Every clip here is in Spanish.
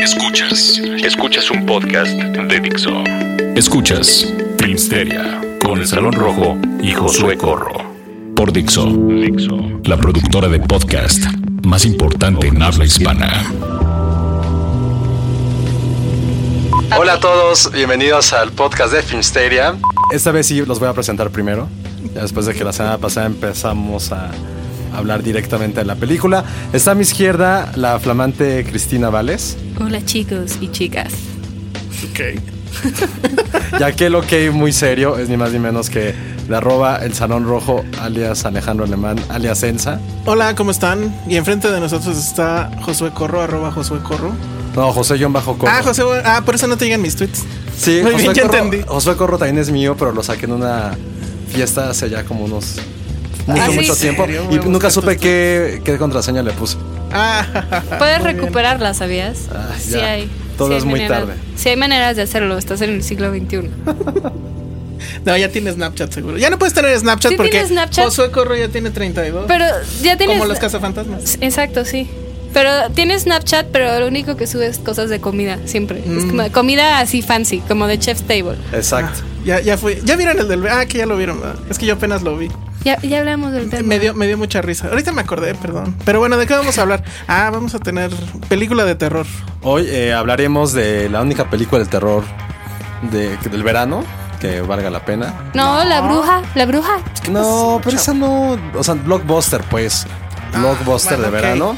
Escuchas, escuchas un podcast de Dixo. Escuchas Filmsteria con el Salón Rojo y Josué Corro. Por Dixo, la productora de podcast más importante en habla hispana. Hola a todos, bienvenidos al podcast de Filmsteria. Esta vez sí los voy a presentar primero. Ya después de que la semana pasada empezamos a hablar directamente de la película. Está a mi izquierda la flamante Cristina Vales. Hola chicos y chicas. Y aquel ok muy serio es ni más ni menos que la arroba el Salón Rojo, alias Alejandro Alemán, alias Ensa. Hola, ¿cómo están? Y enfrente de nosotros está Josué Corro, arroba Josué Corro. No, José John Bajo Corro. Ah, José, ah, por eso no te llegan mis tweets. Sí, Muy Josué bien, ya Corro- entendí. Josué Corro también es mío, pero lo saqué en una fiesta hace ya como unos... Mucho, Ah, ¿sí? mucho tiempo. ¿En serio? Voy Y a buscar nunca supe tus qué, qué contraseña le puse. Ah, Puedes recuperarla, ¿sabías? Ah, sí ya. hay. Todo sí hay es muy maneras- tarde. Sí hay maneras de hacerlo, estás en el siglo XXI. no, ya tiene Snapchat seguro. Ya no puedes tener Snapchat ¿Sí porque tiene Snapchat? Josué Corro ya tiene 32. Pero ya tienes... Como los cazafantasmas. Exacto, sí. Pero tienes Snapchat, pero lo único que subes cosas de comida, siempre. Es Mm. como comida así fancy, como de Chef's Table. Exacto. Ah, Ya, ya fui. Ya vieron el del. Ah, que ya lo vieron. ¿verdad? Es que yo apenas lo vi. Ya, ya hablamos del tema. Me dio, me dio mucha risa. Ahorita me acordé, perdón. Pero bueno, ¿de qué vamos a hablar? Ah, vamos a tener película de terror. Hoy eh, hablaremos de la única película del terror de- del verano que valga la pena. No, la bruja, la bruja. No, pero esa no. O sea, Blockbuster, pues. Blockbuster Ah, bueno, de ok. verano,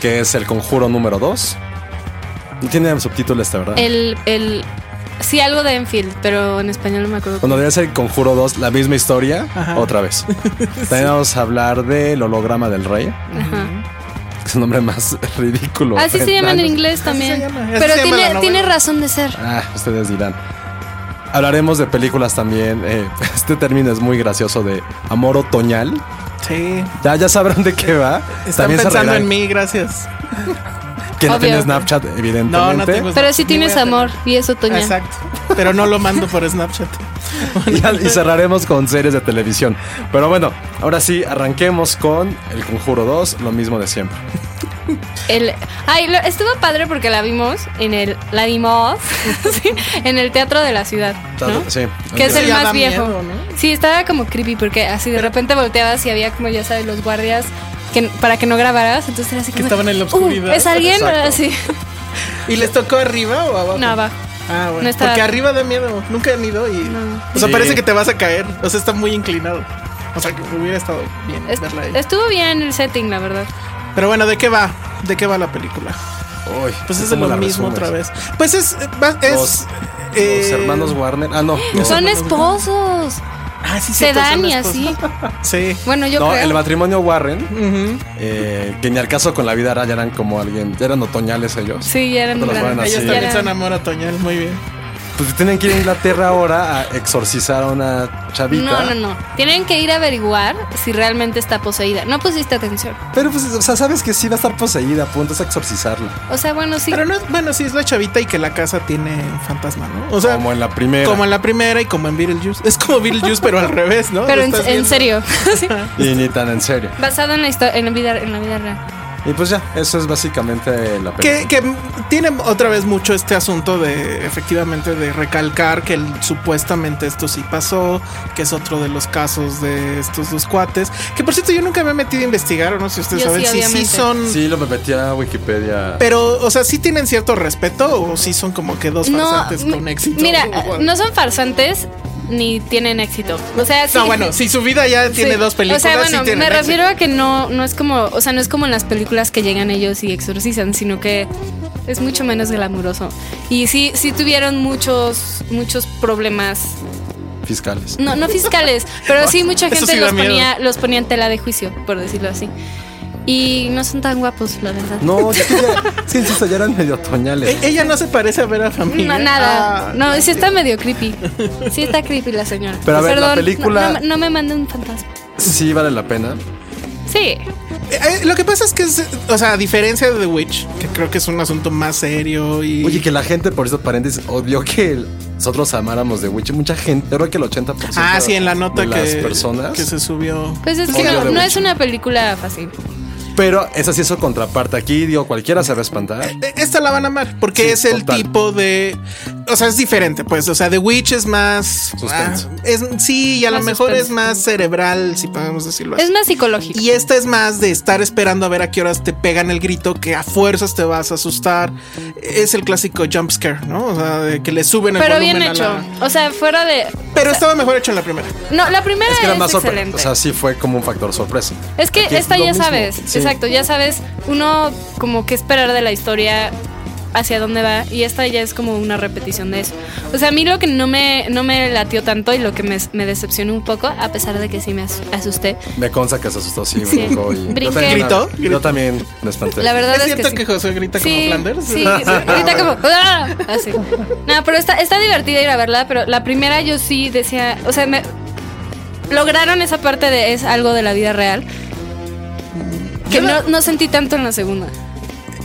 que es el conjuro número 2. No tiene subtítulo esta, ¿verdad? El, el... Sí, algo de Enfield, pero en español no me acuerdo. Cuando debe ser el conjuro 2, la misma historia, Ajá. otra vez. También vamos a hablar del holograma del rey, Ajá. que es un nombre más ridículo. Así se llama en Ah, inglés también. llama, así Pero se llama la tiene, novela. tiene razón de ser. Ah, ustedes dirán. Hablaremos de películas también. eh, este término es muy gracioso de amor otoñal. Sí. Ya, ya sabrán de qué va. Están También se pensando reirán. en mí, gracias. Que no Obvio. tiene Snapchat, evidentemente. No, Pues no tengo Pero sí Ni tienes voy a tener. amor y es otoñal. Exacto. Pero no lo mando por Snapchat. Y, al- y cerraremos con series de televisión. Pero bueno, ahora sí, arranquemos con El Conjuro 2, lo mismo de siempre. El, ay, lo- estuvo padre porque la vimos en el la vimos sí, en el teatro de la ciudad, ¿no? Sí. Que es Eso el ya más da viejo. miedo, ¿no? Sí, estaba como creepy porque así de repente volteabas y había como ya sabes los guardias que para que no grabaras, entonces era así Que como, estaban en la "Uh, oscuridad". es alguien Exacto. así. ¿Y les tocó arriba o abajo? No, abajo. Ah, bueno. No estaba- Porque arriba da miedo. Nunca han ido y. O sea, Sí. parece que te vas a caer. O sea, está muy inclinado. O sea, que hubiera estado bien Est- verla ahí. Estuvo bien el setting, la verdad. Pero bueno, ¿de qué va? ¿De qué va la película? Uy, Pues es de ¿cómo lo la mismo resumes? otra vez. Pues es. eh, va- es Los- eh, Los hermanos Warner. Ah, no. no. Son hermanos, ¿no? esposos. Ah, sí, Se cierto, son dan y esposos. así. Sí. Bueno, yo No, creo. el matrimonio Warren, Ujú. eh, que ni al caso con la vida real eran como alguien, eran otoñales ellos. Sí, ya eran Los raros. van Así. Ellos Ya también eran- son amor otoñal. Muy bien. Pues tienen que ir a Inglaterra ahora a exorcizar a una chavita. No, no, no. Tienen que ir a averiguar si realmente está poseída. No pusiste atención. Pero pues, o sea, sabes que sí va a estar poseída, punto es exorcizarla. O sea, bueno, sí. Pero no, bueno, sí, es la chavita y que la casa tiene fantasma, ¿no? O sea. como en la primera. Como en la primera y como en Beetlejuice. Es como Beetlejuice, pero al revés, ¿no? Pero Lo en, estás en viendo. serio. Sí. Y ni tan en serio. Basado en la historia, en la vida, en la vida real. Y pues ya, eso es básicamente la Que, película. que tiene otra vez mucho este asunto de efectivamente de recalcar que el- supuestamente esto sí pasó, que es otro de los casos de estos dos cuates. Que por cierto, yo nunca me he metido a investigar, o no sé si ustedes Yo saben sí, si sí obviamente. son. Sí, lo me metí a Wikipedia. Pero, o sea, sí tienen cierto respeto o sí son como que dos farsantes mi- con éxito. Mira, O what? no son farsantes ni tienen éxito. O sea, sí. No, bueno, si su vida ya tiene Sí. dos O películas, sea, bueno, sí tienen me éxito. refiero a que no, no es como, o sea, no es como en las películas que llegan ellos y exorcizan, sino que es mucho menos glamuroso. Y sí, sí tuvieron muchos, muchos problemas. Fiscales. No, no fiscales, pero sí mucha Eso gente sí da los miedo. ponía, los ponía en tela de juicio, por decirlo así. Y no son tan guapos, la verdad. No, es que ya, sí, insisto, ya eran medio E- otoñales. Ella no se parece a ver a familia. No, nada. Ah, no, sí está medio creepy. Sí está creepy la señora. Pero a ver, la Perdón, película- No, no- no me manden un fantasma. Sí, vale la pena. Sí. eh, eh, lo que pasa es que, es, o sea, a diferencia de The Witch, que creo que es un asunto más serio y. Oye, que la gente, por estos paréntesis, odió que el- nosotros amáramos de Witch. Mucha gente, yo creo que el 80%. Ah, sí, en la nota de que, las personas. que se subió. Pues es que Odio no, de no mucho. es una película fácil. Pero esa sí es su contraparte. Aquí, digo, cualquiera se va a espantar. Eh, Esta la van a amar porque Sí, es el total. tipo de. O sea, es diferente, pues. O sea, The Witch es más. Suspenso. ah, es, sí, y a lo Más mejor es suspenso. más cerebral, si podemos decirlo así. Es más psicológica. Y esta es más de estar esperando a ver a qué horas te pegan el grito, que a fuerzas te vas a asustar. Es el clásico jump scare, ¿no? O sea, de que le suben el Pero volumen bien a hecho. la- O sea, fuera de. Pero estaba mejor hecho en la primera. No, la primera Es es, que era más sorpresa. excelente. O sea, sí fue como un factor sorpresa. es que aquí es esta lo ya mismo. sabes. Sí. Exacto, ya sabes uno como qué esperar de la historia hacia dónde va y esta ya es como una repetición de eso. O sea, a mí lo que no me, no me latió tanto y lo que me, me decepcionó un poco, a pesar de que sí me as- asusté, Me consta que se asustó, sí, Sí. brincó y. Brinqué. Yo también, ¿Gritó? Yo también me espanté. La verdad ¿Es es, cierto que, que, sí. José grita como Sí, Flanders? Sí, sí, grita como. "Ah", Así. No, pero está, está divertida ir a verla, pero la primera yo sí decía. O sea, me. Lograron esa parte de es algo de la vida real. Que no, no sentí tanto en la segunda.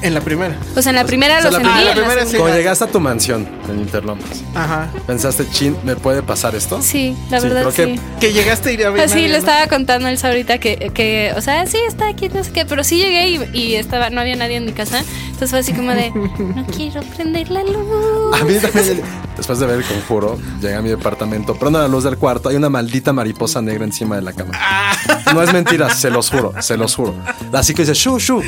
En la primera. O sea, en la primera O sea, lo la sentí. primera- en la la primera sí. segunda- Cuando llegaste a tu mansión en Interlomas, Ajá. pensaste, chin, ¿me puede pasar esto? Sí, la Sí, verdad creo que- sí. Que llegaste a ir a ver. Así nadie, le ¿no? estaba contando él ahorita que, que, o sea, sí está aquí, no sé qué, pero sí llegué y, y estaba, no había nadie en mi casa. Entonces fue así como de, no quiero prender la luz. A mí también, después de ver el conjuro, llegué a mi departamento, prendo la luz del cuarto, hay una maldita mariposa negra encima de la cama. No es mentira, se los juro, se los juro. Así que dice, shu, shu.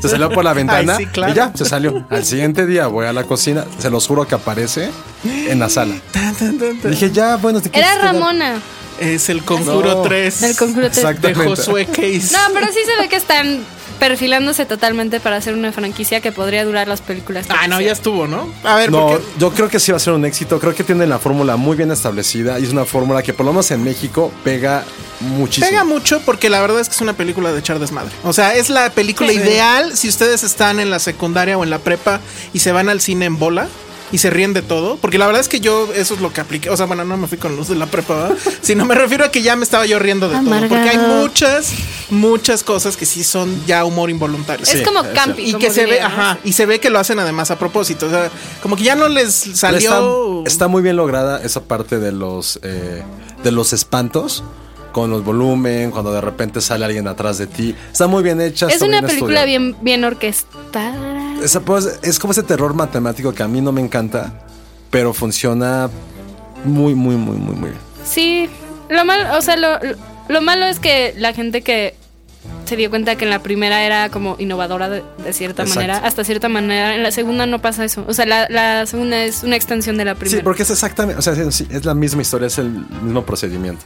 Se salió por la ventana Ay, sí, claro. y ya, se salió. Al siguiente día voy a la cocina, se los juro que aparece en la sala. Tan, tan, tan, tan. Dije, ya, bueno, te quieres Era quedar?". Ramona. Es el Conjuro No. 3. El Conjuro tres. De Exactamente. Josué Case. No, pero sí se ve que están perfilándose totalmente para hacer una franquicia que podría durar las películas. que Ah, no, ya quisieran. estuvo, ¿no? A ver, No, porque. yo creo que sí va a ser un éxito. Creo que tienen la fórmula muy bien establecida y es una fórmula que por lo menos en México pega muchísimo. Pega mucho porque la verdad es que es una película de echar desmadre. O sea, es la película Sí. ideal si ustedes están en la secundaria o en la prepa y se van al cine en bola y se ríen de todo. Porque la verdad es que yo eso es lo que apliqué. O sea, bueno, no me fui con los de la prepa, ¿verdad? sino me refiero a que ya me estaba yo riendo de todo. Porque hay Amargado. muchas, muchas cosas que sí son ya humor involuntario. Es Sí, como es camping. Y que se ve, ajá, y se ve que lo hacen además a propósito. O sea, como que ya no les Pero salió. Está, está muy bien lograda esa parte de los eh, de los espantos con los volumen, cuando de repente sale alguien atrás de ti. Está muy bien hecha. Es está una bien película estudiada. bien, bien orquestada. Esa, pues, es como ese terror matemático que a mí no me encanta, pero funciona muy, muy, muy, muy, muy bien. Sí, lo malo, o sea, lo, lo- lo malo es que la gente que se dio cuenta que en la primera era como innovadora de, de cierta Exacto. manera, hasta cierta manera, en la segunda no pasa eso. O sea, la, la segunda es una extensión de la primera. Sí, porque es exactamente, o sea, sí, es la misma historia, es el mismo procedimiento.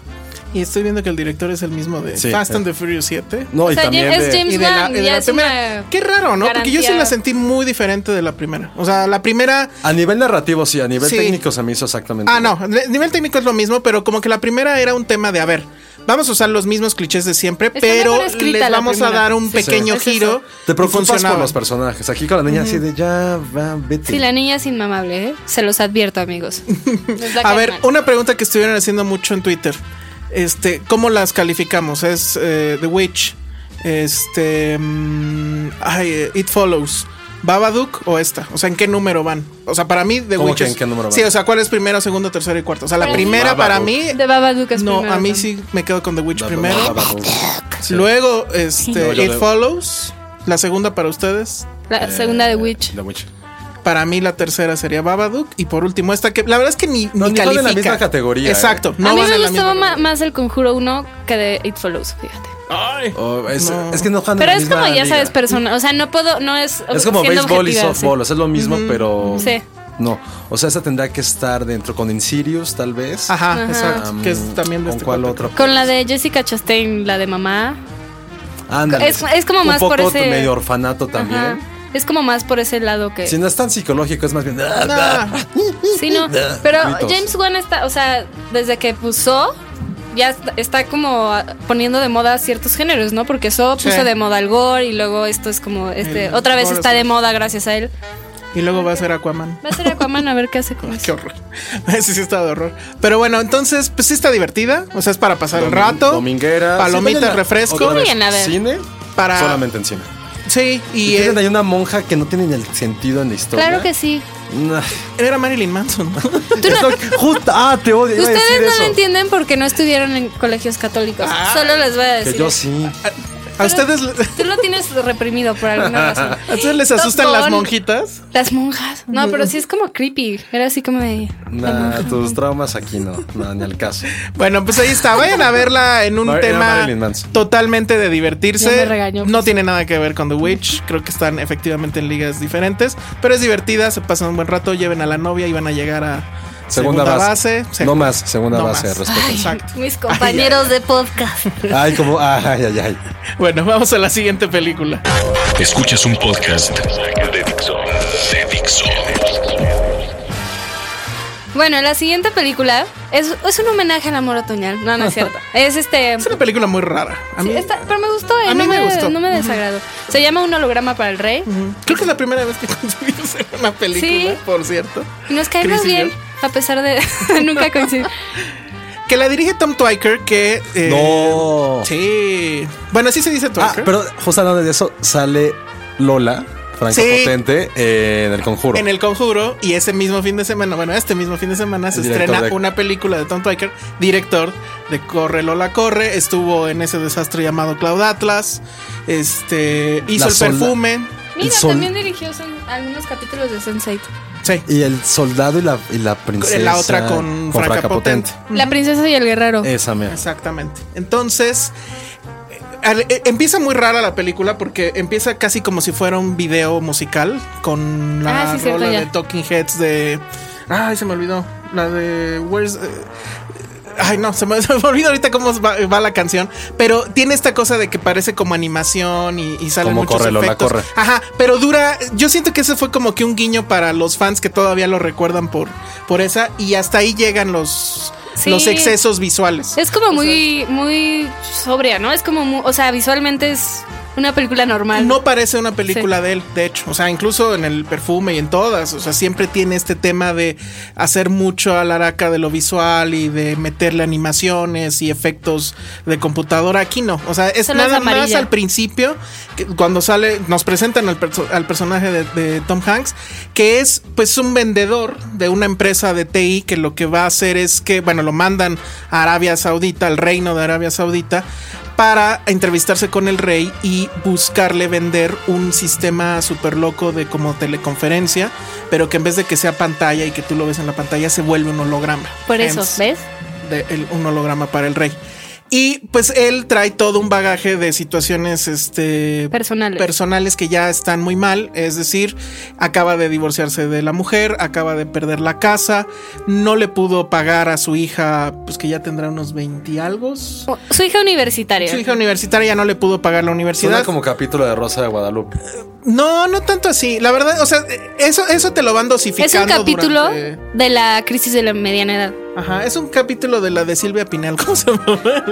Y estoy viendo que el director es el mismo de Sí, Fast es- and the Furious 7. No, O y sea, también es de- James Y de la- Wan, y de ya la es primera. una Qué raro, ¿no? Porque yo sí garantía. la sentí muy diferente de la primera. O sea, la primera. A nivel narrativo, sí, a nivel Sí. técnico se me hizo exactamente. Ah, igual. no, a nivel técnico es lo mismo, pero como que la primera era un tema de, a ver, vamos a usar los mismos clichés de siempre, Está pero mejor escrita les la vamos a primera. dar un pequeño Es eso. giro. Te y preocupas por funcionaba. los personajes. Aquí con la niña así de ya, va, vete. Sí, la niña es inmamable, ¿eh? Se los advierto, amigos. Les va A caer ver, mal. una pregunta que estuvieron haciendo mucho en Twitter. Este, ¿cómo las calificamos? Es eh, The Witch, este, mm, ay, eh, It Follows, Babadook o esta. O sea, ¿en qué número van? O sea, para mí The ¿Cómo Witch. que es- en qué número van? Sí, o sea, ¿cuál es primero, segundo, tercero y cuarto? O sea, la Para mí- primera para Babadook. mí. De Babadook es No, primero, a mí ¿no? sí me quedo con The Witch primero. Sí. pues, Luego, este, No, yo It de- Follows. La segunda para ustedes. Eh, La segunda de Witch. The Witch. Para mí la tercera sería Babadook. Y por último esta que la verdad es que ni, No, ni ni van en la califica. misma categoría, ¿eh? Exacto. No a mí van me en la gustaba misma ma- más el Conjuro 1 que de It Follows, fíjate. Ay. Oh, es, Eh, No. es que no juegan en Pero la es misma como, ya liga. sabes, persona. O sea, no puedo, no es. Es como siendo béisbol y objetiva, sí. softball, o sea, es lo mismo, pero. Sí. No. O sea, esa tendrá que estar dentro con Insidious, tal vez. Ajá, exacto. Am, que es también Mm, de ¿Con este cuál cuate. otro? Con la de Jessica Chastain, la de mamá. Ándale. Es- es como Un más poco por ese- medio orfanato también. Ajá. Es como más por ese lado que. Si no es tan psicológico, es más bien. ah, ah. Ah, Sí, no. Ah, Pero mitos. James Wan está, o sea, desde que puso, ya est- está como ah, poniendo de moda ciertos géneros, ¿no? Porque eso Sí. puso de moda el gore y luego esto es como, este, El otra vez gore está es- de moda gracias a él. y luego va a ser Aquaman. Va a ser Aquaman a ver qué hace con Qué eso. horror. Ese sí está de horror. Pero bueno, entonces, pues sí está divertida. O sea, es para pasar el Domin- rato. Dominguera. Palomitas, vayan a- refresco. otra vez, Vayan a ver. Cine. Para- Solamente en cine. Sí, y Y tienen eh, ahí una monja que no tiene ni el sentido en la historia. Claro que sí. Nah. era Marilyn Manson. ¿no? Es lo que- justo- ah, te odio. iba a Ustedes decir no eso. lo entienden porque no estudiaron en colegios católicos. Ah, Solo les voy a decir. Que yo sí. ¿A ustedes, Tú lo tienes reprimido por alguna razón. ¿a ustedes les asustan Don- las monjitas? Las monjas. No, pero sí es como creepy. Era así como de. Nah, tus traumas aquí no. Nah, ni al caso. Bueno, pues ahí está. Vayan a verla en un Mar- era tema Marilyn Manson. totalmente de divertirse. Ya me regañó. No tiene nada que ver con The Witch. Creo que están efectivamente en ligas diferentes, pero es divertida. Se pasan un buen rato. Lleven a la novia y van a llegar a Segunda base. Se- No más, segunda no base, más. respeto. Exacto. Mis compañeros de podcast. Ay, como. Ay, ay, ay. Bueno, vamos a la siguiente película. Escuchas un podcast de Dixo. De Dixo. Bueno, la siguiente película es, es un homenaje al amor otoñal. No, no es cierto. Es este. Es una película muy rara. A sí, mí- está- pero me gustó, eh, a mí no, me me gustó. no me desagradó. Se llama Un holograma para el rey. mm, Creo que es la primera vez que coincidimos en una película, Sí. por cierto. Y nos caemos Chris y yo. bien, a pesar de nunca coincidir. Que la dirige Tom Twyker, que. eh, No. Sí. Bueno, sí se dice Ah, Twyker. pero justo hablando de eso, sale Lola, Franco Sí. Potente, eh, en el conjuro. En El Conjuro, y ese mismo fin de semana, bueno, este mismo fin de semana se El director estrena de- una película de Tom Twyker, director de Corre Lola Corre, estuvo en ese desastre llamado Cloud Atlas, este, hizo La el sola- perfume, El Mira, sol. también dirigió son- algunos capítulos de Sense8. sí, Y el soldado y la, y la princesa. la otra con, Franca, Potente. La princesa y el guerrero. Eh, Esa mera. Exactamente. Entonces, eh, al- eh, empieza muy rara la película porque empieza casi como si fuera un video musical con la Ah, sí, cierto, rola ya. de Talking Heads de. Ay, se me olvidó. La de Where's. eh, Ay, no, se me, se me olvidó ahorita cómo va, va la canción. Pero tiene esta cosa de que parece como animación y, y salen Como muchos corre, Lola, efectos. corre. Ajá, pero dura. Yo siento que ese fue como que un guiño para los fans que todavía lo recuerdan por, por esa. Y hasta ahí llegan los, Sí. los excesos visuales. Es como muy, muy sobria, ¿no? Es como, mu- o sea, visualmente es una película normal. No parece una película de él, de hecho. O sea, incluso en el perfume y en todas. O sea, siempre tiene este tema de hacer mucho a la araca de lo visual y de meterle animaciones y efectos de computadora. Aquí no. O sea, es Solo es nada más amarilla. al principio, que cuando sale, nos presentan al, perso- al personaje de, de Tom Hanks, que es pues un vendedor de una empresa de TI que lo que va a hacer es que, bueno, lo mandan a Arabia Saudita, al reino de Arabia Saudita, para entrevistarse con el rey y buscarle vender un sistema súper loco de como teleconferencia, pero que en vez de que sea pantalla y que tú lo ves en la pantalla, se vuelve un holograma. Por eso, Hence, ¿ves? de el- un holograma para el rey. Y pues él trae todo un bagaje de situaciones este, Personales. personales que ya están muy mal. Es decir, acaba de divorciarse de la mujer, acaba de perder la casa, no le pudo pagar a su hija, pues que ya tendrá unos 20 y algo. Su O- Su hija universitaria. hija universitaria ya no le pudo pagar la universidad. Suena como capítulo de Rosa de Guadalupe. No, no tanto así. La verdad, o sea, eso, eso te lo van es dosificando. un capítulo durante- de la crisis de la mediana edad. Ajá, es un capítulo de la de Silvia Pinal. ¿Cómo se llama?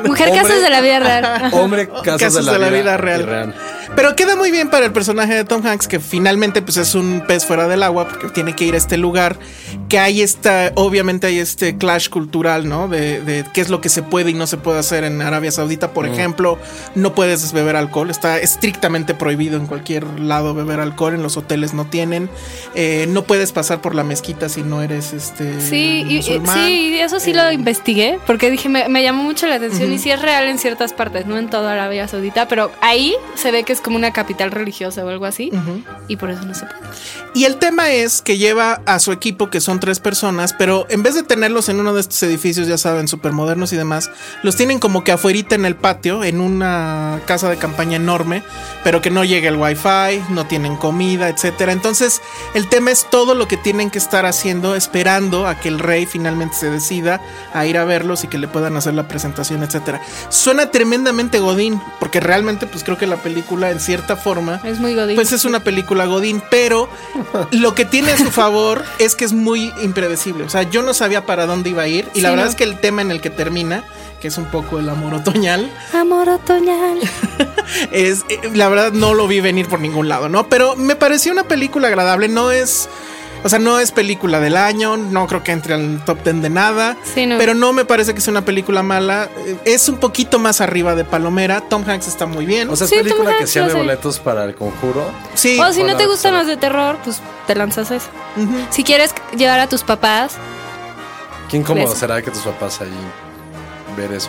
Mujer Hombre. Casas de la vida real. Hombre, casos, Casos de la vida real. irreal. Pero queda muy bien para el personaje de Tom Hanks, que finalmente pues es un pez fuera del agua, porque tiene que ir a este lugar, que hay esta, obviamente hay este clash cultural, ¿no? De, de qué es lo que se puede y no se puede hacer en Arabia Saudita, por ejemplo, no puedes beber alcohol, está estrictamente prohibido en cualquier lado beber alcohol, en los hoteles no tienen, eh, no puedes pasar por la mezquita si no eres este... Sí, y- y- musulmán. sí, sí, eso sí Eh. lo investigué, porque dije, me, me llamó mucho la atención y sí es real en ciertas partes, no en toda Arabia Saudita, pero ahí se ve que es como una capital religiosa o algo así, Mm. y por eso no se puede. Y el tema es que lleva a su equipo, que son tres personas, pero en vez de tenerlos en uno de estos edificios, ya saben, supermodernos y demás, los tienen como que afuerita en el patio, en una casa de campaña enorme, pero que no llega el wifi, no tienen comida, etcétera. Entonces, el tema es todo lo que tienen que estar haciendo, esperando a que el rey finalmente se decida a ir a verlos y que le puedan hacer la presentación, etcétera. Suena tremendamente Godín, porque realmente, pues creo que la película, en cierta forma, Es muy godín. pues es una película Godín, pero lo que tiene a su favor es que es muy impredecible. O sea, yo no sabía para dónde iba a ir. Y la Sí, verdad no. es que el tema en el que termina, que es un poco el amor otoñal, Amor otoñal. es eh, la verdad no lo vi venir por ningún lado, ¿no? Pero me pareció una película agradable. No es. O sea, no es película del año, no creo que entre al top ten de nada. Sí, no. Pero no me parece que sea una película mala. Eh, Es un poquito más arriba de Palomera. Tom Hanks está muy bien. O sea, es Sí, película Tom que Hanks, se abre lo sé. boletos para el conjuro. sí. o si no te Hola, gustan hola. los de terror, pues te lanzas a eso. Ujú. Si quieres llevar a tus papás, Qué incómodo Pues- será que tus papás ahí ver eso,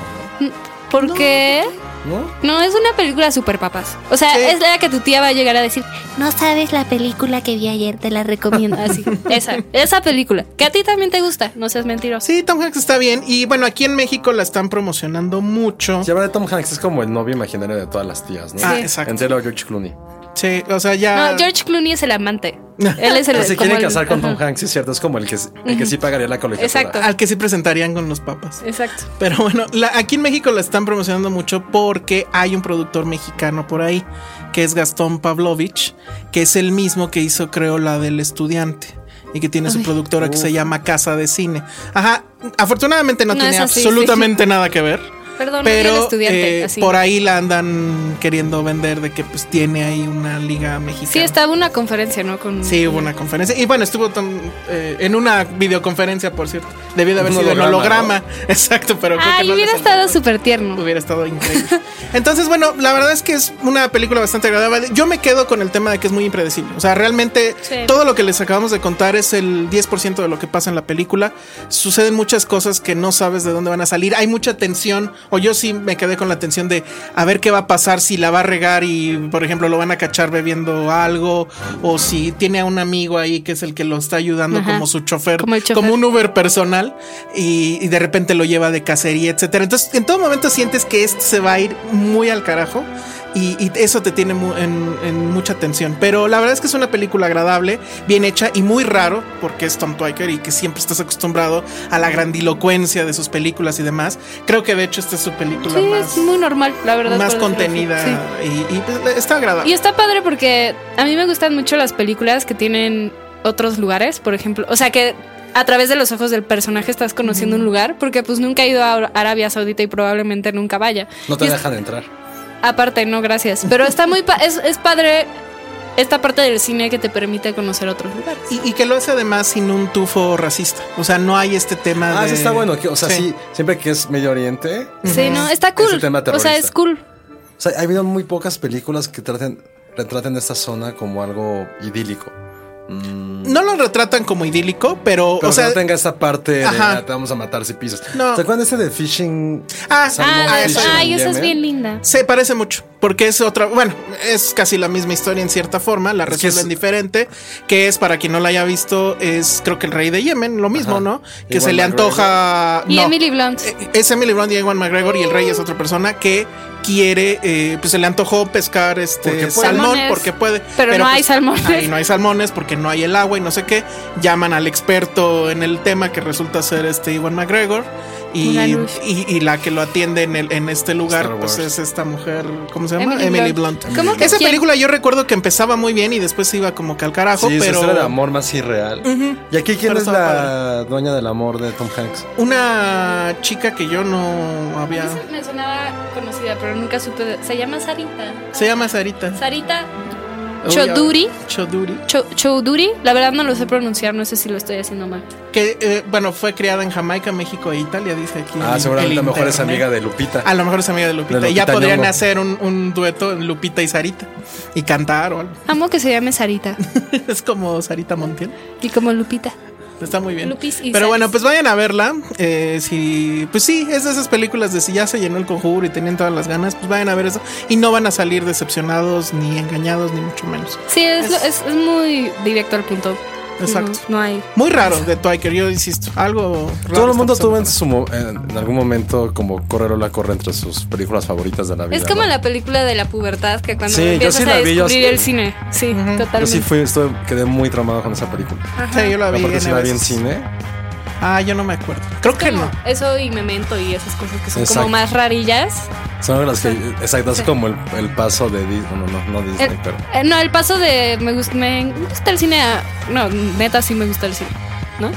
porque ¿no? ¿No? no, es una película super papás. O sea, Sí. es la que tu tía va a llegar a decir, No sabes la película que vi ayer, te la recomiendo. así, esa, esa película, que a ti también te gusta, no seas mentiroso. Sí, Tom Hanks está bien. Y bueno, aquí en México la están promocionando mucho. Si habla de Ah. Tom Hanks es como el novio imaginario de todas las tías, ¿no? Ah, exacto. Entre él o George Clooney. Sí, o sea, ya. No, George Clooney es el amante. Él es el Pero se como quiere el- casar con Tom ajá. Hanks, sí es cierto, es como el que, el que sí pagaría la colegiatura. Exacto. Al que se presentarían con los papas. Exacto. Pero bueno, la- aquí en México la están promocionando mucho porque hay un productor mexicano por ahí, que es Gastón Pavlovich, que es el mismo que hizo, creo, la del estudiante. Y que tiene su productora que se llama Casa de Cine. Ajá, afortunadamente no, No tiene es así, sí. absolutamente nada que ver. Perdón, no vi al pero estudiante. eh, así. por ahí la andan queriendo vender de que pues tiene ahí una liga mexicana. Sí, estaba una conferencia, ¿no? Con... Sí, hubo una conferencia. Y bueno, estuvo tan, eh, en una videoconferencia, por cierto. Debió de haber Un sido en holograma, holograma. Exacto, pero creo que Ay, no hubiera les estado alcanzó. súper tierno. Hubiera estado increíble. Entonces, bueno, la verdad es que es una película bastante agradable. Yo me quedo con el tema de que es muy impredecible. O sea, realmente Sí. todo lo que les acabamos de contar es el 10% de lo que pasa en la película. Suceden muchas cosas que no sabes de dónde van a salir. Hay mucha tensión, o yo sí me quedé con la tensión de a ver qué va a pasar si la va a regar y, por ejemplo, lo van a cachar bebiendo algo, o si tiene a un amigo ahí que es el que lo está ayudando Ajá. como su chofer, Como el chofer. como un Uber personal, y, y de repente lo lleva de cacería, etcétera. Entonces, en todo momento sientes que este se va a ir muy al carajo. Y, y eso te tiene mu- en, en mucha tensión. Pero la verdad es que es una película agradable, bien hecha y muy raro, porque es Tom Twyker y que siempre estás acostumbrado a la grandilocuencia de sus películas y demás. Creo que de hecho esta es su película Sí, más, es muy normal, la verdad. más por decirlo así. contenida Sí. y, y, pues, está agradable. Y está padre porque a mí me gustan mucho las películas que tienen otros lugares, por ejemplo. O sea, que a través de los ojos del personaje estás conociendo un lugar, porque pues nunca he ido a Arabia Saudita y probablemente nunca vaya. No te Y es- dejan entrar. Aparte, no, gracias. Pero está muy... pa- es, es padre esta parte del cine que te permite conocer otros lugares. Y, y que lo hace además sin un tufo racista. O sea, no hay este tema. Ah, de- eso está bueno. que- o sea, Sí. sí. siempre que es Medio Oriente. Sí, no, está cool. Es un tema o sea, terrorista. es cool. O sea, ha habido muy pocas películas que traten, retraten esta zona como algo idílico. Mm, No lo retratan como idílico, pero, Pero o sea, que no tenga esta parte de ajá. "Ah, te vamos a matar si pisas. No. ¿Se acuerdan de ese de Fishing? Ah, Salmon Ah, de- eso- Fishing ay, en esa es Yemen? bien linda. se parece mucho, porque es otra, bueno, es casi la misma historia en cierta forma, la Es que resuelven es- diferente, que es para quien no la haya visto, es creo que el rey de Yemen, lo mismo, Ajá. ¿no? Que Ewan se le McGregor. antoja Y no. Emily Blunt. Eh, Es Emily Blunt y Ewan McGregor y el rey es otra persona que quiere, eh, pues se le antojó pescar Porque este puede. salmón Salmones. porque puede. Pero no hay salmones. ahí no hay salmones porque no hay el agua y no sé qué. Llaman al experto en el tema que resulta ser este Ewan McGregor y, Ganush. y, y la que lo atiende en, el- en este lugar Star pues Wars. es esta mujer, ¿cómo se llama? Emily Emily Blunt. Blunt. ¿Cómo que Esa quién? película yo recuerdo que empezaba muy bien y después se iba como que al carajo, Sí, pero... pero de amor más irreal. ¿Y aquí quién Pero es estaba la dueña del amor de Tom Hanks? una chica que yo no había. Esa Me sonaba conocida, pero nunca supe. de- Se llama Sarita. Se llama Sarita. Sarita Uy, Choduri. ahora- Choduri. Cho- Choudhury, la verdad no lo sé pronunciar, no sé si lo estoy haciendo mal. Que, eh, bueno, fue criada en Jamaica, México e Italia, dice aquí. Ah, el- seguramente el la mejor es internet. amiga de Lupita. A lo mejor es amiga de Lupita. De y ya Lupita podrían Nyong'o. hacer un, un dueto Lupita y Sarita. Y cantar o algo. Amo que se llame Sarita es como Sarita Montiel. y como Lupita. Está muy bien. Lupis y Pero Saris. bueno, pues vayan a verla. eh, si, pues sí, es de esas películas de si ya se llenó el conjuro y tenían todas las ganas, pues vayan a ver eso. Y no van a salir decepcionados, ni engañados, ni mucho menos. Sí, es, lo- es- es muy directo al punto. Exacto. No, no hay. Muy raro de Twiker, yo insisto. Algo raro Todo el está mundo pasando. tuvo en, su mo- en- en algún momento como correr o la corre entre sus películas favoritas de la vida. Es como ¿no? la película de la pubertad que cuando Sí, yo empiezas sí a la vi, yo descubrir sí. el cine. Sí, Yo sí totalmente. fui, estuve- quedé muy traumado con esa película. Sí, yo la vi. Aparte N si la vi en veces. cine. Ah, yo no me acuerdo. Creo que Como no. Eso y Memento y esas cosas que son Exacto. como más rarillas. Son de las que, exacto, es como el, el paso de Disney, bueno, no, no Disney, El- pero Eh, no, el paso de me, gust- me gusta el cine a... No, neta sí me gusta el cine. ¿No?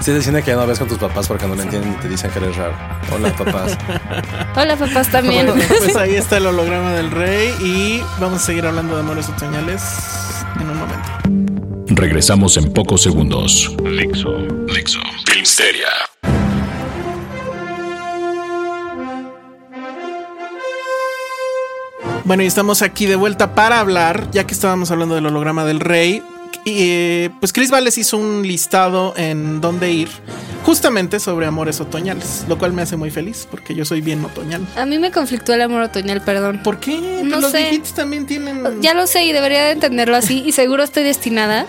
sí es el cine que ya no ves con tus papás porque no le entienden y te dicen que eres raro. Hola, papás. Hola papás también. Bueno, pues ahí está el holograma del rey y vamos a seguir hablando de amores otoñales en un momento. Regresamos en pocos segundos. Dixo. Dixo. Filmsteria. Bueno, y estamos aquí de vuelta para hablar, ya que estábamos hablando del holograma del rey. Y, eh, pues Chris Valles hizo un listado en dónde ir, justamente sobre amores otoñales, lo cual me hace muy feliz porque yo soy bien otoñal. A mí me conflictó el amor otoñal, perdón. ¿Por qué? Pues No los sé. viejitos también tienen. Ya lo sé y debería de entenderlo así y seguro estoy destinada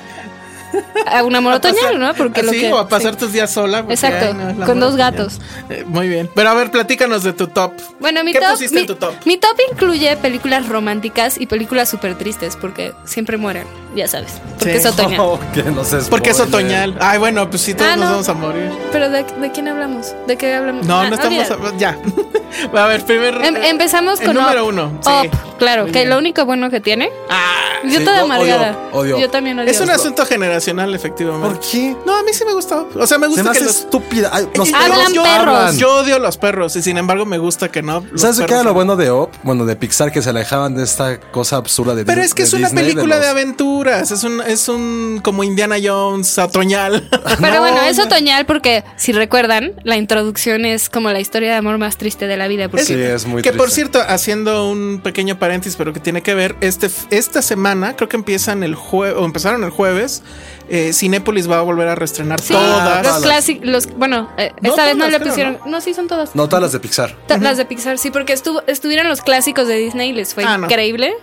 a un amor otoñal, ¿no? Porque lo Así, que ¿Ah, o a pasar sí. tus días sola. porque, Exacto, ay, no, el con amor dos otoñal. gatos. Eh, muy bien. Pero a ver, platícanos de tu top. Bueno, mi ¿Qué top, pusiste mi, en tu top? mi top incluye películas románticas y películas súper tristes porque siempre mueren, ya sabes, porque Sí. Oh, es otoñal. que no se Porque es spoilen. otoñal. Ay, bueno, pues sí, todos Ah, nos no. vamos a morir. Pero ¿de, de quién hablamos? ¿De qué hablamos? No, Ah, no estamos. olvídalo. a- Ya. A ver, primer. eh, Em- empezamos el con número Up. uno. sí. Up, claro, Muy que bien. lo único bueno que tiene. Ah, Yo sí, toda o- amargada. odio, odio. Yo también odio. es un asunto generacional, efectivamente. ¿Por qué? No, a mí sí me gustó. O sea, me Se me gusta que hace los. estúpida. Ay, los Eh, perros hablan yo- perros. hablan. Yo odio los perros y sin embargo me gusta que no. los ¿Sabes qué perros- era lo bueno de Op? Bueno, de Pixar que se alejaban de esta cosa absurda de Pero Dis- es que Pues de es una Disney, película de, los- aventuras. Es un, es un como Indiana Jones otoñal. Ah, Pero bueno, es otoñal porque, si recuerdan, la introducción es como la historia de amor más triste de la vida. Porque pues Sí, es muy Que por triste. cierto, haciendo un pequeño paréntesis, pero que tiene que ver, este, f- esta semana, creo que empiezan el jueves, o empezaron el jueves, eh, Cinépolis va a volver a reestrenar Sí, pues todas. los clásicos, los, bueno, eh, No esta vez no todas, le creo, pusieron, no. sí son todas. No, todas las de Pixar. Ta- Las de Pixar, sí, porque estuvo, estuvieron los clásicos de Disney y les fue Ah, no. increíble.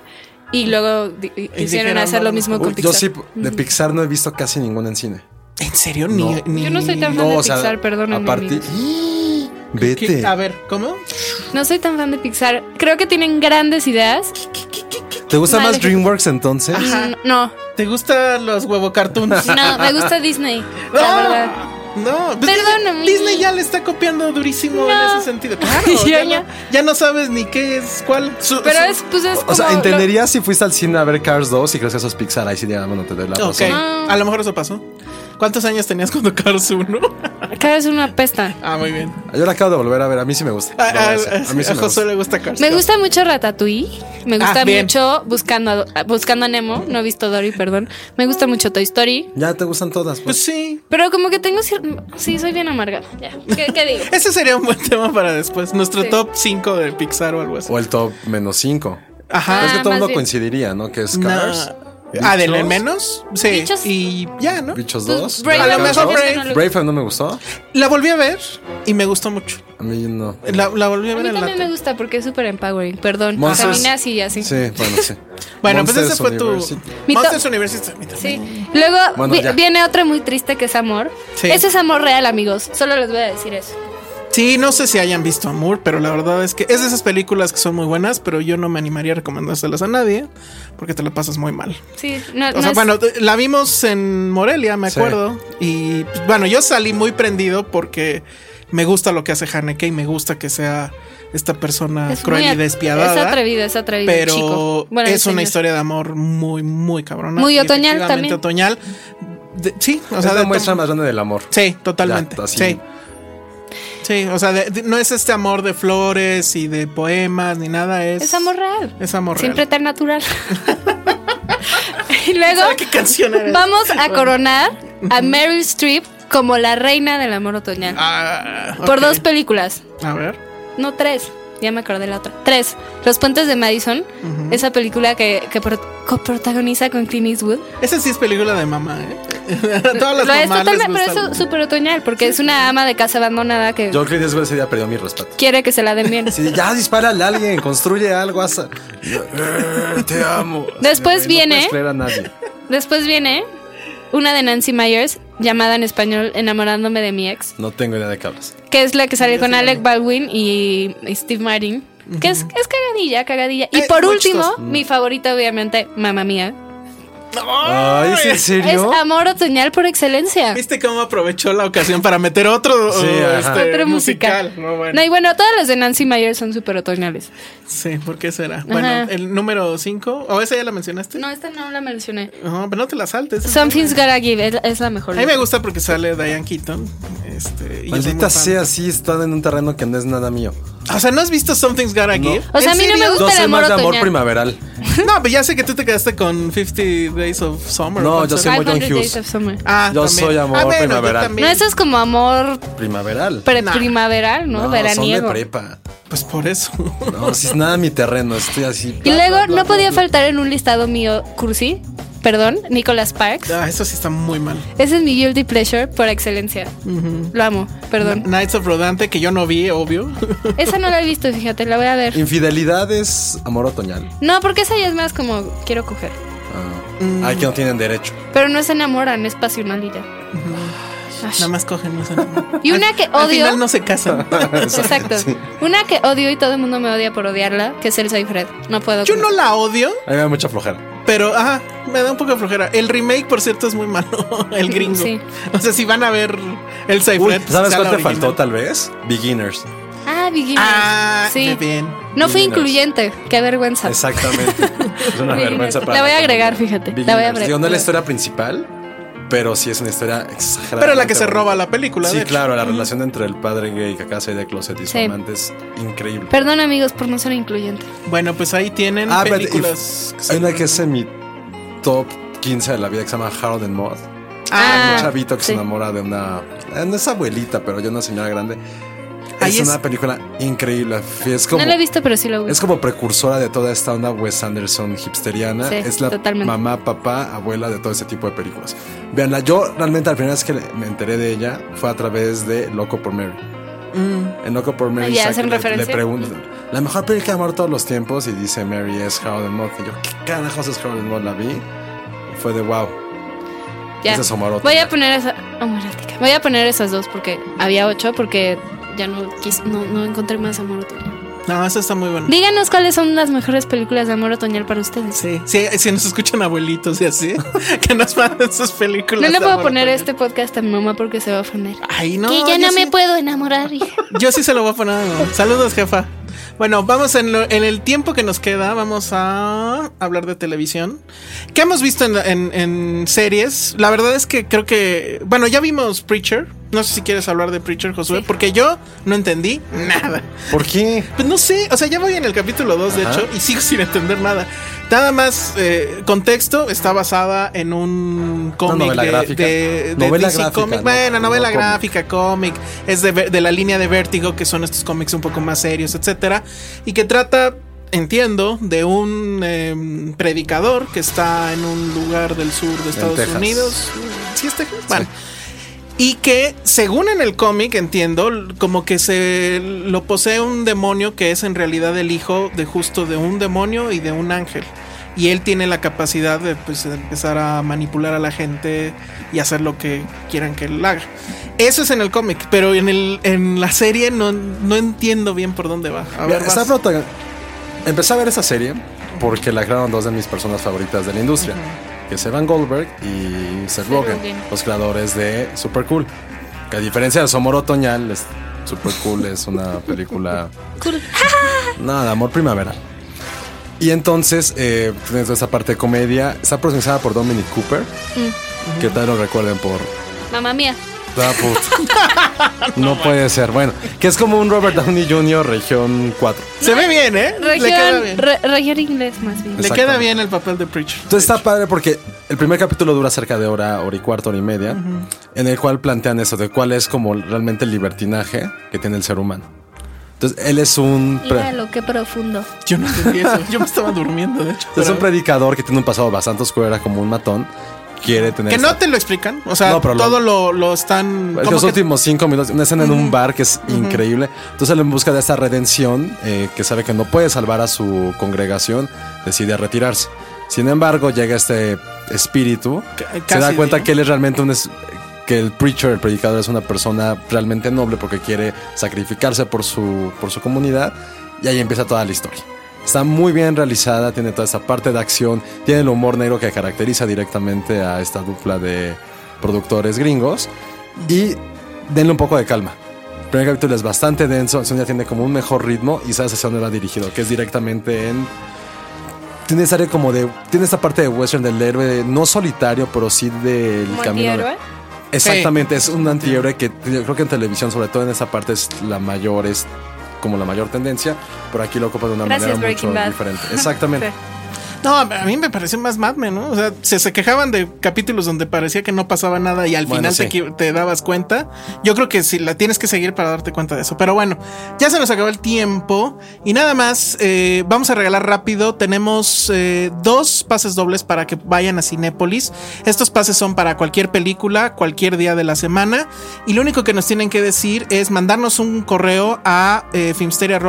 Y luego di- y quisieron dijeron, hacer no, lo no, mismo no. con Uy, Pixar. Yo sí, de Pixar no he visto casi ninguna en cine. ¿En serio? Ni, No. ni- Yo no soy tan fan No, de o sea, Pixar, perdónenme. aparte. ¡Ah! amigos. ¿Qué? Vete. A ver, ¿cómo? No soy tan fan de Pixar. Creo que tienen grandes ideas. ¿Te gusta Madre. más DreamWorks entonces? No, ¿Te gustan los huevo cartoons? no, me gusta Disney. La No. verdad. No, pues Perdóname. Disney, Disney ya le está copiando durísimo en No. ese sentido. Claro, ya, Ya, no, ya. ya no sabes ni qué es, cuál. su- Pero su- es, pues es O sea, como lo- entendería si fuiste al cine a ver Cars 2 y crees que eso es Pixar. Ahí sí, ya, bueno, te doy la Ok, razón. No. a lo mejor eso pasó. ¿Cuántos años tenías cuando Cars 1? Cara es una pesta. ah, muy bien. Yo la acabo de volver a ver. A mí sí me gusta. A, Lo voy a- a hacer. A mí sí Ah, a me Josué gusta. le gusta Cars. Me gusta mucho Ratatouille. Me gusta Ah, bien. mucho buscando a, buscando a Nemo. No he visto Dory, perdón. Me gusta mucho Toy Story. Ya te gustan todas. Pues Pues. sí. Pero como que tengo cier- Sí, soy bien amargada. Ya. ¿Qué, qué digo? Pues Ese sería un buen tema para después. Nuestro Sí. top 5 de Pixar o algo así. O el top menos 5. Ajá. es que todo Ah, el más mundo bien. coincidiría, ¿no? Que es No. Cars. Ah, del Bichos, menos. Sí. Bichos. Y ya, ¿no? Bichos Pues, 2. Brave A lo and the mejor Bold Brave. no lo- Brave no me gustó. La volví a ver y me gustó mucho. A mí no. La, la volví a A ver mí en la también me tele. gusta porque es súper empowering. Perdón. Monsters. Caminas y así. Sí. Sí, bueno, sí. Bueno, pues Monsters ese fue tu. University. Mi to- Monsters University. mi top. Luego Bueno, vi- ya. viene otra muy triste que es amor. Sí. Ese es amor real, amigos. Solo les voy a decir eso. Sí, no sé si hayan visto Amor, pero la verdad es que es de esas películas que son muy buenas, pero yo no me animaría a recomendárselas a nadie porque te la pasas muy mal. Sí, no, no O sea, es- bueno, la vimos en Morelia, me Sí. acuerdo. Y pues, bueno, yo salí muy prendido porque me gusta lo que hace Haneke y me gusta que sea esta persona es cruel muy y at- despiadada. Es atrevido, es atrevido. pero chico. Bueno, es una señor. historia de amor muy, muy cabrona. Muy y otoñal efectivamente también. otoñal. De- sí, o sea, es la de- muestra más grande del amor. Sí, totalmente. Ya, así. sí. Sí, o sea, de- de- no es este amor de flores y de poemas ni nada, es. Es amor real. Es amor Siempre real. tan natural. y luego ¿Sabe qué canción era? vamos a coronar a Meryl Streep como la reina del amor otoñal. Ah, Por ok. dos películas. A ver. No, tres. Ya me acordé la otra. Tres. Los puentes de Madison. Esa película que, que pro- coprotagoniza con Clint Eastwood. Esa sí es película de mamá, ¿eh? Todas las Lo es mamás les totalmente, pero gusta eso es súper otoñal, porque es una ama de casa abandonada que John Clint Eastwood ese día perdió mi respeto. quiere que se la den bien. Sí, ya dispárale a alguien, construye algo, haz- Eh, Te amo. Después Así, güey, viene- No puedes creer a nadie. Después viene una de Nancy Myers, llamada en español Enamorándome de mi ex, No tengo idea de qué hablas. que es la que sale con Alec Baldwin y Steve Martin, que es, es cagadilla, cagadilla. Y Eh, por muy último, chistosa. mi favorita, obviamente, Mamma Mía. Ay, ¿es en serio? Es amor otoñal por excelencia. ¿Viste cómo aprovechó la ocasión para meter otro, Sí, eh, ajá. este, Otro musical. musical? No, bueno. No, y bueno, todas las de Nancy Myers son súper otoñales. Sí, ¿por qué será? Bueno, el número 5, o esa ya la mencionaste. No, No, esta no la mencioné. pero no te la saltes. esa es Something's Gotta Give es, la- es la mejor. A mí me gusta porque sale Diane Keaton. Este, y yo soy muy Maldita fan. sea, sí están en un terreno que no es nada mío. O sea, ¿no has visto Something's Gotta Give? O sea, a ¿En mí no me serio? gusta Dos el amor semanas de amor otoñal. primaveral. No, pero ya sé que tú te quedaste con 50 Days of Summer. No, ¿cuál yo será? soy muy John 500 Hughes. Days of Summer. Ah, yo también. soy amor Ah, bueno, yo primaveral. también. No, eso es como amor Primaveral. pre- primaveral, ¿no? Veraniego. Son de prepa. Pues por eso. No, si es nada mi terreno, estoy así. Y luego no podía faltar en un listado mío cursi, perdón, Nicolas Parks. Ah, eso sí está muy mal. Ese es mi guilty pleasure por excelencia. Lo amo, perdón. Knights of Rodante, que yo no vi, obvio. Esa no la he visto, fíjate, la voy a ver. Infidelidad es amor otoñal. No, porque esa ya es más como quiero coger. Mm. Ay, Ah, que no tienen derecho. Pero no se enamoran, es pasional y ya. Ash. Nada más cogen. no sé. Y una que Al odio. final no se casan. Exacto. Una que odio y todo el mundo me odia por odiarla, que es Elsa y Fred. No puedo. Yo con- no la odio, A mí me da mucha flojera. pero ah, me da un poco de flojera. El remake, por cierto, es muy malo. El gringo. Sí. O sea, si van a ver el Uy, Cyfred. ¿Sabes cuál te faltó tal vez? Beginners. Ah, Beginners. Ah, sí. muy bien. No fui Beginners. incluyente. Qué vergüenza. Exactamente. es una vergüenza para La voy a todo el agregar, mundo. fíjate. La voy a Beginners. agregar. Digo, no es la historia principal, pero sí es una historia exagerada. Pero la que se roba la película. Sí, de hecho. claro, la relación entre el padre gay que acá se de closet y su Sí. amante es increíble. Perdón, amigos, por no ser incluyente. Bueno, pues ahí tienen Ah, espérate, películas. que Hay se- una que es en mi top 15 de la vida que se llama Harold and Maud. Ah, un chavito que sí. se enamora de una. eh, No es abuelita, pero ya una señora grande. Ahí Es, es- una película increíble. Es como, no la he visto, pero sí la es busco. como precursora de toda esta onda Wes Anderson hipsteriana. Sí, es la totalmente. mamá, papá, abuela de todo ese tipo de películas. Veanla, yo realmente la primera vez que me enteré de ella fue a través de Loco por Mary. En Loco por Mary Ah, ya, Zack hacen le, referencia. le preguntan la mejor película de amor de todos los tiempos y dice Mary es Harold and Maud. Y yo, ¿qué carajos es Harold and Maud? La vi y fue de wow. Ya. ese es Omar Voy a Otoño. poner esa. homoerótica. Voy a poner esas dos porque había ocho, porque ya no, quis- no, no encontré más amor otoñal. No, eso está muy bueno. Díganos cuáles son las mejores películas de amor otoñal para ustedes. Sí, sí, si nos escuchan abuelitos y así, que nos manden sus películas. No le de puedo amor poner otoñal. este podcast a mi mamá porque se va a ofender. Ay, no. que ya no yo me sí- puedo enamorar, hija. Yo sí se lo voy a poner. a mi mamá. Saludos, jefa. Bueno, vamos en, lo- en el tiempo que nos queda, vamos a hablar de televisión. ¿Qué hemos visto en, en- en series? La verdad es que creo que, bueno, ya vimos Preacher. No sé si quieres hablar de Preacher, Josué, porque yo no entendí nada. ¿Por qué? Pues no sé, o sea, ya voy en el capítulo 2, de Ajá. hecho, y sigo sin entender nada. Nada más, eh, contexto, está basada en un cómic novela de- gráfica. de, de Novela DC gráfica, Comic. no- bueno, no novela cómic. gráfica, cómic, es de, ver- de la línea de Vértigo, que son estos cómics un poco más serios, etcétera, y que trata, entiendo, de un eh, predicador que está en un lugar del sur de Estados Texas. Unidos. ¿Sí es Texas? Bueno. Y que, según en el cómic, entiendo, l- como que se lo posee un demonio que es en realidad el hijo de justo de un demonio y de un ángel. Y él tiene la capacidad de pues, empezar a manipular a la gente y hacer lo que quieran que él haga. Eso es en el cómic, pero en, el, en la serie no, no entiendo bien por dónde va. A ver, Mira, está vas. protagon- Empecé a ver esa serie porque la crearon dos de mis personas favoritas de la industria, que es Evan Goldberg y Seth Rogen, Rogen. los creadores de Super Cool. Que a diferencia de Somor Otoñal, es- Super Cool es una película Nada, de amor primavera. Y entonces, eh, tienes toda esa parte de comedia. Está protagonizada por Dominic Cooper. Mm. Que tal lo recuerden por. Mamá mía. Ah, puta. no puede ser. Bueno, que es como un Robert Downey Jr. región 4. Se ve bien, ¿eh? Le queda Región, bien. re- región inglés más bien. Le queda Exactamente. bien el papel de Preacher. Entonces está padre porque el primer capítulo dura cerca de hora, hora y cuarto, hora y media, en el cual plantean eso de cuál es como realmente el libertinaje que tiene el ser humano. Entonces él es un pre- Míralo, qué profundo. Yo no entendí eso. Yo me estaba durmiendo, de hecho. es pero- un predicador que tiene un pasado bastante oscuro, era como un matón quiere tener. Que no esta- te lo explican. O sea, No, pero lo- todo lo, lo están. Es que como los que- últimos cinco minutos, una escena en un bar que es increíble. Entonces él en busca de esta redención, eh, que sabe que no puede salvar a su congregación, decide retirarse. Sin embargo, llega este espíritu, Ca- se da casi, cuenta ¿no? que él es realmente un... es- que el preacher, el predicador, es una persona realmente noble porque quiere sacrificarse por su, por su comunidad. Y ahí empieza toda la historia. Está muy bien realizada, tiene toda esta parte de acción, tiene el humor negro que caracteriza directamente a esta dupla de productores gringos. Y denle un poco de calma. El primer capítulo es bastante denso, el segundo ya tiene como un mejor ritmo y sabes hacia dónde va dirigido, que es directamente en... Tiene esa área como de... Tiene esta parte de western del héroe, no solitario, pero sí del ¿Como camino... de- antihéroe? Exactamente, es un antihéroe que yo creo que en televisión, sobre todo en esa parte, es la mayor, es como la mayor tendencia, pero aquí lo ocupa de una Gracias, manera mucho Breaking Bad. diferente. Exactamente. No, a mí me pareció más Mad Men, ¿no? O sea, se, se quejaban de capítulos donde parecía que no pasaba nada y al Bueno, final te sí. equi- te, dabas cuenta. Yo creo que sí, la tienes que seguir para darte cuenta de eso. Pero bueno, ya se nos acabó el tiempo y nada más, eh, vamos a regalar rápido. Tenemos eh, dos pases dobles para que vayan a Cinépolis. Estos pases son para cualquier película, cualquier día de la semana. Y lo único que nos tienen que decir es mandarnos un correo a eh,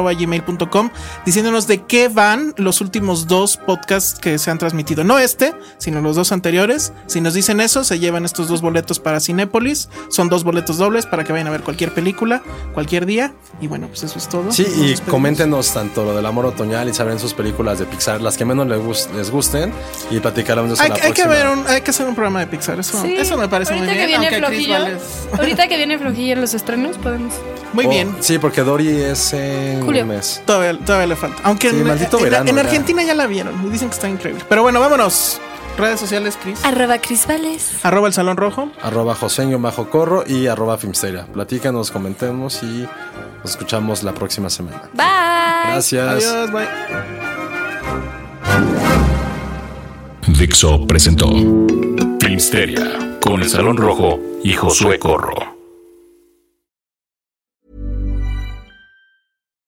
filmsteria@gmail.com diciéndonos de qué van los últimos dos podcasts que se han transmitido. No este, sino los dos anteriores. Si nos dicen eso, se llevan estos dos boletos para Cinépolis. Son dos boletos dobles para que vayan a ver cualquier película, cualquier día. Y bueno, pues eso es todo. Sí, Nos y despedimos. coméntenos tanto lo del amor otoñal y sabrán sus películas de Pixar, las que menos les, gus- les gusten, y platicaremos de eso Hay, la hay que próxima. ver un- hay que hacer un programa de Pixar. Eso, Sí. eso me parece ahorita muy bien. Que viene aunque a Chris flojillo, Wallace- ahorita que viene flojillo en los estrenos, podemos. Muy Oh, bien. Sí, porque Dory es en Julio. un mes. Todavía, todavía le falta. Aunque Sí, en, maldito en- verano, en ya. Argentina ya la vieron. y Dicen que está increíble. Pero bueno, vámonos. Redes sociales, Chris. Arroba Crisbales. Arroba el Salón Rojo. Arroba Joseño Majo Corro y arroba Filmsteria. Platícanos, comentemos y nos escuchamos la próxima semana. Bye. Gracias. Adiós, bye. Dixo presentó Filmsteria con el Salón Rojo y Josué Corro.